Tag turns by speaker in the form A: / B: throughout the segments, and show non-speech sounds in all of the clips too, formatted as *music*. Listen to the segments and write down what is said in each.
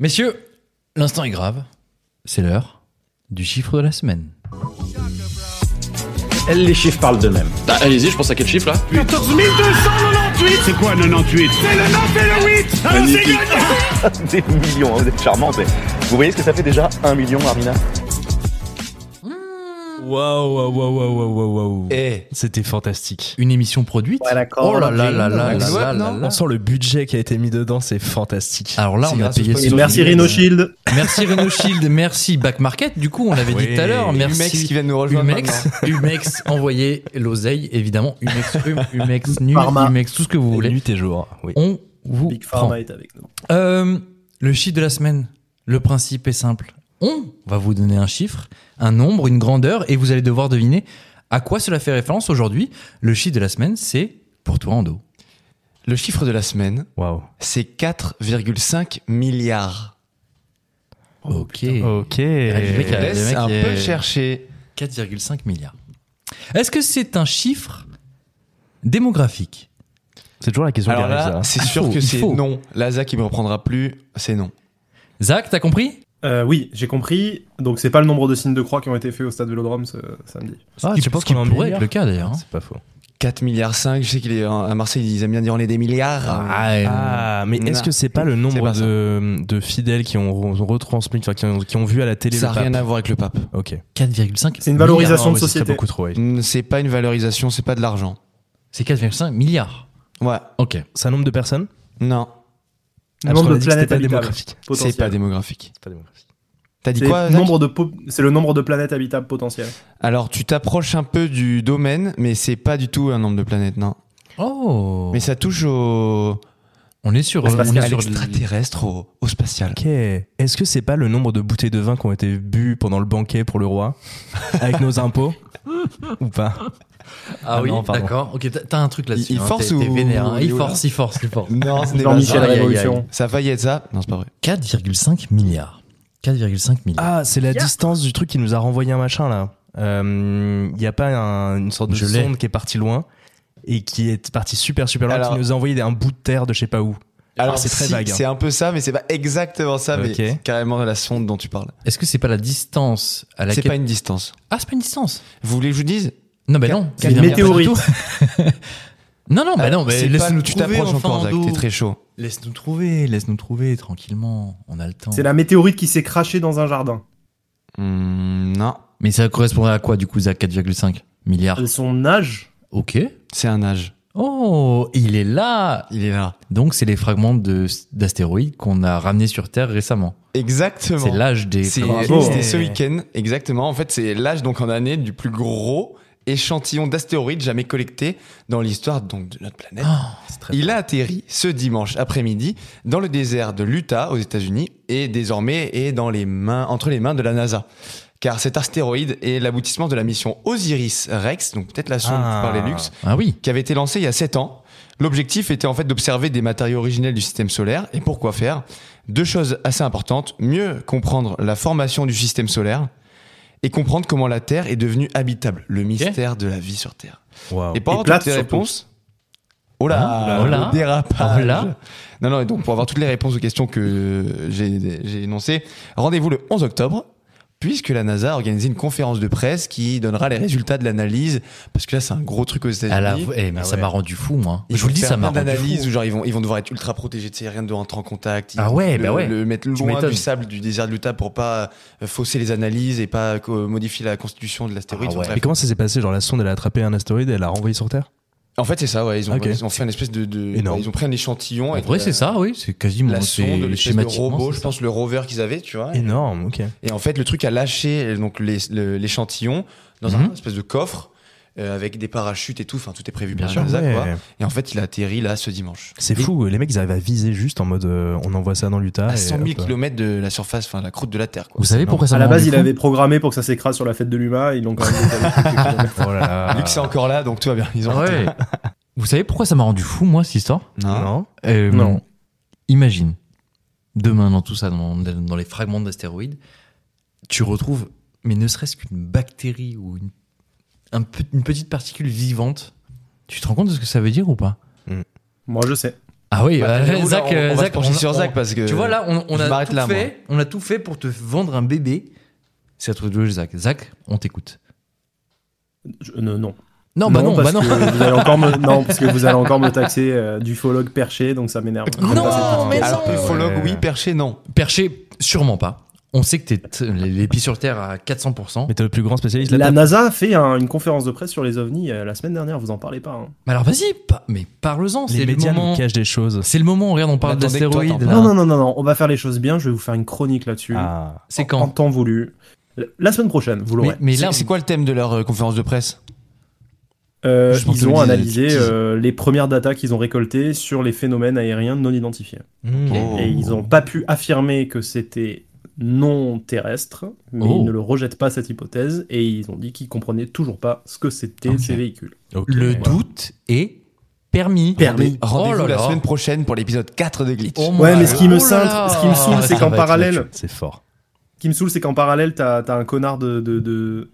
A: Messieurs, l'instant est grave. C'est l'heure du chiffre de la semaine.
B: Les chiffres parlent d'eux-mêmes.
C: Bah, allez-y, je pense à quel chiffre là
D: 14 298
E: C'est quoi 98
D: C'est le 9 et le 8 Alors c'est
B: *laughs*
D: gagné
B: Des millions, hein, vous êtes charmants. mais Vous voyez ce que ça fait déjà Un million, Armina
F: Waouh, waouh, waouh, waouh, waouh, waouh, waouh.
A: Et
F: C'était fantastique.
A: une émission produite.
G: Ouais, d'accord.
A: oh là là là là là
F: Max
A: là
F: Watt,
A: là
F: non
A: là.
F: On sent le budget qui a été mis dedans, c'est fantastique.
A: Alors là,
F: C'est
A: on a
F: grâce au
A: payé.
F: Spotify.
G: Et merci Rhino Shield.
A: Merci Renault Shield, merci Back Market. Du coup, on l'avait dit
F: Oui.
A: tout à l'heure.
F: Et
A: Merci
F: Umex qui vient de nous rejoindre
A: Umex, Umex, envoyez l'oseille, évidemment. Umex, Hum, Umex, nu,
G: Pharma.
A: Umex, tout ce que vous voulez.
F: Nuit et jour, hein. oui.
A: On vous
G: Big
A: prend.
G: Pharma est avec nous.
A: Euh, le chiffre de la semaine. Le principe est simple. On va vous donner un chiffre, un nombre, une grandeur, et vous allez devoir deviner à quoi cela fait référence aujourd'hui. Le chiffre de la semaine, c'est pour toi en dos.
C: Le chiffre de la semaine,
F: Waouh.
C: c'est 4,5 milliards.
A: ok.
F: Oh, Ok.
A: Le mec a- le
C: Laisse
A: mec
C: un
A: est-
C: peu chercher.
A: 4,5 milliards. Est-ce que c'est un chiffre démographique
F: C'est toujours la question
C: Alors
F: qui arrive, ça.
C: là, c'est
A: Il
C: sûr
A: faut,
C: que
A: il
C: c'est
A: faut.
C: non. Laza qui me reprendra plus, c'est non.
A: Zach, t'as compris
G: Euh, oui, j'ai compris. Donc c'est pas le nombre de signes de croix qui ont été faits au stade Vélodrome ce samedi.
F: Ah,
A: Qui-
F: tu penses
A: ce qui
F: qu'on a un
A: pourrait être
F: milliard
A: le cas d'ailleurs. hein.
F: C'est pas faux.
C: 4 milliards 5, je sais qu'il est à Marseille, ils aiment bien dire on est des milliards.
A: Ah, euh,
F: Ah, mais est-ce
C: Non.
F: que c'est pas le nombre
C: pas ça.
F: de, de fidèles qui ont, re- ont retransmis, enfin qui ont, qui ont vu à la télé
C: ça
F: le
C: n'a rien
F: pape
C: à voir avec le pape.
F: Ok.
A: $4,5
G: C'est une
A: milliards.
G: valorisation
F: Ah non,
G: de
F: ouais, ce serait
G: société.
F: beaucoup trop, ouais.
C: Mm, C'est pas une valorisation, c'est pas de l'argent.
A: C'est 4,5 milliards.
C: Ouais,
A: Ok.
F: C'est un nombre de personnes
C: non,
G: Le nombre de planètes
F: pas
G: habitables.
F: démographique.
C: c'est pas
G: potentielles.
C: démographique.
F: C'est pas démographique.
C: T'as dit
G: C'est
C: quoi
G: le
C: Zach
G: nombre de po- C'est le nombre de planètes habitables potentielles.
C: Alors tu t'approches un peu du domaine, mais c'est pas du tout un nombre de planètes, non.
A: Oh.
C: Mais ça touche au.
A: on est sur.
C: on
A: on est
C: est à
A: sur
C: l'extraterrestre, au, au spatial.
F: Ok. Est-ce que c'est pas le nombre de bouteilles de vin qui ont été bues pendant le banquet pour le roi avec nos impôts *laughs* ou pas
A: Ah
F: Ah
A: oui,
F: non, pardon.
A: d'accord. Ok, t'as- t'as un truc là-dessus.
C: Il- il
A: hein.
C: force
A: T'es- t'es
C: ou-
A: vénère, hein. Il
C: ou là
A: force, il force, il
C: *laughs*
A: force.
C: Non, ce n'est pas
G: Jean-Michel
C: ça.
A: aïe, aïe, aïe.
G: Révolution.
C: Ça va y être ça Non, c'est pas vrai.
A: 4,5 milliards. 4,5 milliards.
F: Ah, c'est la distance du truc qui nous a renvoyé un machin là. Il n'y a pas un- une sorte de
A: Je l'ai.
F: sonde qui est partie loin et qui est partie super super loin
C: Alors-
F: qui nous a envoyé des- un bout de terre de je sais pas où.
C: Alors
F: c'est très
C: si,
F: vague, hein.
C: C'est un peu ça, mais c'est pas exactement ça, mais
F: Ok.
C: c'est carrément la sonde dont tu parles.
A: Ah. Est-ce que c'est pas la distance à
C: C'est
A: laquelle.
C: pas une distance.
A: Ah, c'est pas une distance.
C: Vous voulez que je vous dise
A: Non, mais
C: Quatre-
A: non.
G: C'est
A: évidemment
G: une
A: pas
G: météorite.
A: du tout. *laughs* Non, non, mais
C: Ah,
A: bah non, mais
C: c'est pas-
A: laisse-nous
C: Tu
A: trouver,
C: t'approches
A: enfin,
C: encore, Zach,
A: Ando.
C: t'es très chaud.
A: Laisse-nous trouver, laisse-nous trouver tranquillement. On a le temps.
G: C'est la météorite qui s'est crachée dans un jardin.
C: Hmm, non,
A: Mais ça correspondrait à quoi du coup, à 4,5
C: Euh.
A: milliards
G: Son âge
A: Ok.
C: c'est un âge.
A: Oh, il est là
C: Il est là.
A: Donc, c'est les fragments de- d'astéroïdes qu'on a ramenés sur Terre récemment.
C: Exactement.
A: C'est l'âge des.
C: C'est-
G: Bravo.
C: C'était ce week-end, exactement. En fait, c'est l'âge, donc en année, du plus gros échantillon d'astéroïdes jamais collecté dans l'histoire donc de notre planète.
A: Oh.
C: Il a atterri ce dimanche après-midi dans le désert de l'Utah aux États-Unis et désormais est dans les mains, entre les mains de la NASA. Car cet astéroïde est l'aboutissement de la mission Osiris-Rex, donc peut-être la sonde
F: Ah.
C: par les luxe,
A: Ah oui.
C: qui avait été lancée il y a 7 ans. L'objectif était en fait d'observer des matériaux originels du système solaire et pourquoi faire Deux choses assez importantes, mieux comprendre la formation du système solaire et comprendre comment la Terre est devenue habitable, le mystère de la vie sur Terre.
F: Waouh.
C: Et pour avoir
G: plate,
C: toutes les
G: surtout.
C: réponses... Oh là,
A: Ah, oh là.
C: le dérapage.
A: Oh là.
C: Non, non, et donc pour avoir toutes les réponses aux questions que j'ai j'ai énoncées, rendez-vous le 11 octobre, puisque la NASA a organisé une conférence de presse qui donnera les résultats de l'analyse, parce que là c'est un gros truc aux États-Unis.
A: À la- eh, mais
F: Ah
A: ça
F: ouais.
A: m'a rendu fou, moi.
C: Ils
A: je vous le
C: vont
A: dis,
C: faire
A: ça m'a
C: plein
A: rendu
C: d'analyses
A: fou.
C: où genre ils vont, ils vont devoir être ultra protégés, tu sais, rien de rentrer en contact. Ils
A: Ah
C: vont
A: ouais,
C: le,
A: bah ouais.
C: Le mettre loin
A: m'étonnes.
C: du sable du désert de l'Utah pour pas euh, fausser les analyses et pas euh, modifier la constitution de l'astéroïde.
A: Ah
C: Enfin,
A: ouais.
C: bref.
F: Mais comment ça s'est passé Genre la sonde elle a attrapé un astéroïde et elle l'a renvoyé sur Terre
C: En fait, c'est ça, ouais. Ils ont,
F: Ok.
C: ils ont fait une espèce de. de-
F: Énorme.
C: Ils ont pris un échantillon.
A: En
C: avec
A: vrai,
C: la-
A: c'est ça, oui. C'est quasiment
C: La
A: c'est
C: sonde, l'espèce de
A: schématiquement,
C: robot,
A: c'est
C: je
A: ça.
C: pense le rover qu'ils avaient, tu vois.
F: Énorme, ok.
C: Et en fait, le truc a lâché donc les- le- l'échantillon dans
A: Mhm.
C: un espèce de coffre euh, avec des parachutes et tout. Enfin, tout est prévu
A: Bien
C: par
A: sûr,
C: la NASA,
F: Ouais.
C: quoi. Et en fait, il a atterri là ce dimanche.
F: C'est fou, les mecs ils arrivent à viser juste en mode euh, on envoie ça dans l'Utah.
C: À
F: et
C: 100 000
F: hop.
C: km de la surface, enfin la croûte de la Terre, quoi.
A: Vous savez pourquoi ça
G: À
A: m'a
G: la base,
A: rendu
G: il
A: fou
G: avait programmé pour que ça s'écrase sur la fête de l'UMA. Ils l'ont quand même décalé de quelques kilomètres.
F: Oh là là.
C: Vu que c'est encore là, donc tout va bien. Ils ont
A: Ah ouais. *laughs* Vous savez pourquoi ça m'a rendu fou, moi, cette histoire
C: Non.
F: Non.
A: Euh,
G: Non.
A: Imagine, demain, dans tout ça, dans, dans les fragments d'astéroïdes, tu retrouves, mais ne serait-ce qu'une bactérie ou une, un pe- une petite particule vivante. Tu te rends compte de ce que ça veut dire ou pas
G: Moi, je sais.
A: Ah oui,
C: Bah,
A: euh,
C: déjà, oula,
A: Zach,
C: on-
A: euh,
C: on va
A: Zach,
C: se pencher
A: on-
C: sur Zach
A: on-
C: parce que
A: Tu vois, là, on, on
C: je
A: a
C: m'arrête
A: tout
C: là, moi.
A: fait, on a tout fait pour te vendre un bébé. C'est à toi de jouer, Zach. Zach, on t'écoute.
G: Je- ne- non.
A: Non, bah non, bah
G: parce
A: non.
G: que vous allez encore me- non, parce que vous allez encore me taxer euh, du fologue perché, donc ça m'énerve. J'aime
A: Non,
G: pas cette petite
A: mais
G: idée.
C: Alors,
A: non.
C: ufologue,
F: Ouais.
C: oui, perché, non.
A: *laughs* Perché, sûrement pas. On sait que t'es t- les les pieds sur terre à 400%.
F: Mais t'es le plus grand spécialiste
G: La
F: là-dedans.
G: NASA a fait un- une conférence de presse sur les ovnis euh, la semaine dernière, vous en parlez pas. hein.
A: Mais alors vas-y, pa- mais parle-en. C'est
F: Les
A: le
F: médias nous
A: moment.
F: cachent des choses.
A: C'est le moment. Regarde, on parle
C: On attendait que toi,
A: d'astéroïdes.
C: t'en
A: là.
G: Non, non, non, non, non, on va faire les choses bien, je vais vous faire une chronique là-dessus.
F: Ah.
A: C'est
G: En
A: quand
G: temps voulu. La- La semaine prochaine, vous l'aurez.
A: Mais, mais
C: C'est-
A: là,
C: c'est quoi le thème de leur euh, conférence de presse
G: Euh,
C: Je pense que
G: ils ont
C: vous disiez-
G: analysé
C: tu disais.
G: euh, les premières datas qu'ils ont récoltées sur les phénomènes aériens non identifiés.
F: Mmh.
A: hmm,
C: Oh.
G: Et ils n'ont pas pu affirmer que c'était non terrestre, mais
A: Oh.
G: ils ne le rejettent pas cette hypothèse, et ils ont dit qu'ils comprenaient toujours pas ce que c'était
F: Ok.
G: ces véhicules.
F: Ok.
A: le
F: Voilà.
A: doute est permis.
G: Permis.
A: Oh
C: Rendez-vous
A: là
C: la
A: là.
C: semaine prochaine pour l'épisode 4 de Glitch.
A: Oh mon
G: Ouais, mais
A: Dieu.
G: ce qui me
A: Oh là
G: cintre-
A: là.
G: ce qui me saoule, c'est
A: Ça
G: qu'en
A: va être
G: parallèle-
A: l'actu.
F: C'est fort.
G: Ce qui me saoule, c'est qu'en parallèle, t'as as un connard de, de, de,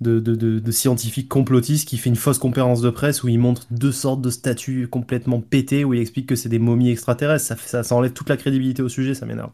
G: de, de- de- de scientifique complotiste qui fait une fausse conférence de presse où il montre deux sortes de statues complètement pétées, où il explique que c'est des momies extraterrestres. Ça, fait- ça, ça enlève toute la crédibilité au sujet, ça m'énerve.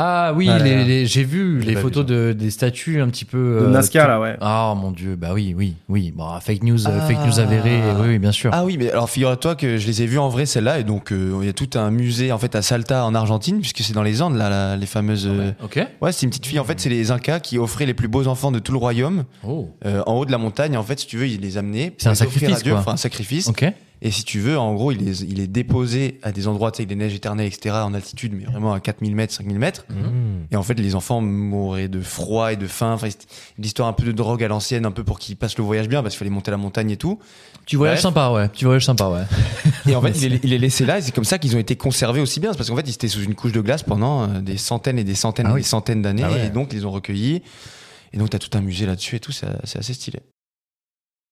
A: Ah oui,
G: Ouais,
A: les-
G: ouais.
A: les- j'ai vu les
F: pas vu
A: photos de, des statues un petit peu.
G: De
A: euh,
G: Nazca, là, ouais.
A: Ah mon dieu, bah oui, oui, oui. Bon, fake news, euh, fake
C: Ah.
A: news avérée, oui, oui, bien sûr.
C: Ah oui, mais alors figure-toi que je les ai vus en vrai celles-là et donc euh, il y a tout un musée en fait à Salta en Argentine puisque c'est dans les Andes là, la- les fameuses. euh,
A: Ok.
C: Ouais, c'est une petite fille en fait, c'est les Incas qui offraient les plus beaux enfants de tout le royaume
A: Oh.
C: euh, en haut de la montagne. En fait, si tu veux, ils les amenaient. pour
A: C'est un
C: les offrir
A: sacrifice,
C: à Dieu,
A: quoi.
C: enfin, un sacrifice.
A: Ok.
C: Et si tu veux, en gros, il les, il les déposait à des endroits tu sais, avec des neiges éternelles, etc. en altitude, mais vraiment à 4000 mètres, 5000 mètres.
A: Mhm. Hmm.
F: Mmh.
C: Et en fait, les enfants mouraient de froid et de faim. Enfin, c'était une histoire un peu de drogue à l'ancienne, un peu pour qu'ils passent le voyage bien, parce qu'il fallait monter la montagne et tout.
A: Tu voyages
C: Bref.
A: sympa, ouais. Tu voyages sympa, ouais. *laughs*
C: Et en fait, il les, il les laissait là, et c'est comme ça qu'ils ont été conservés aussi bien. C'est parce qu'en fait, ils étaient sous une couche de glace pendant euh, des centaines et des centaines
A: Ah
C: et
A: oui.
C: des centaines d'années,
A: Ah ouais.
C: et donc ils les ont recueillis. Et donc, t'as tout un musée là-dessus et tout, c'est c'est assez stylé.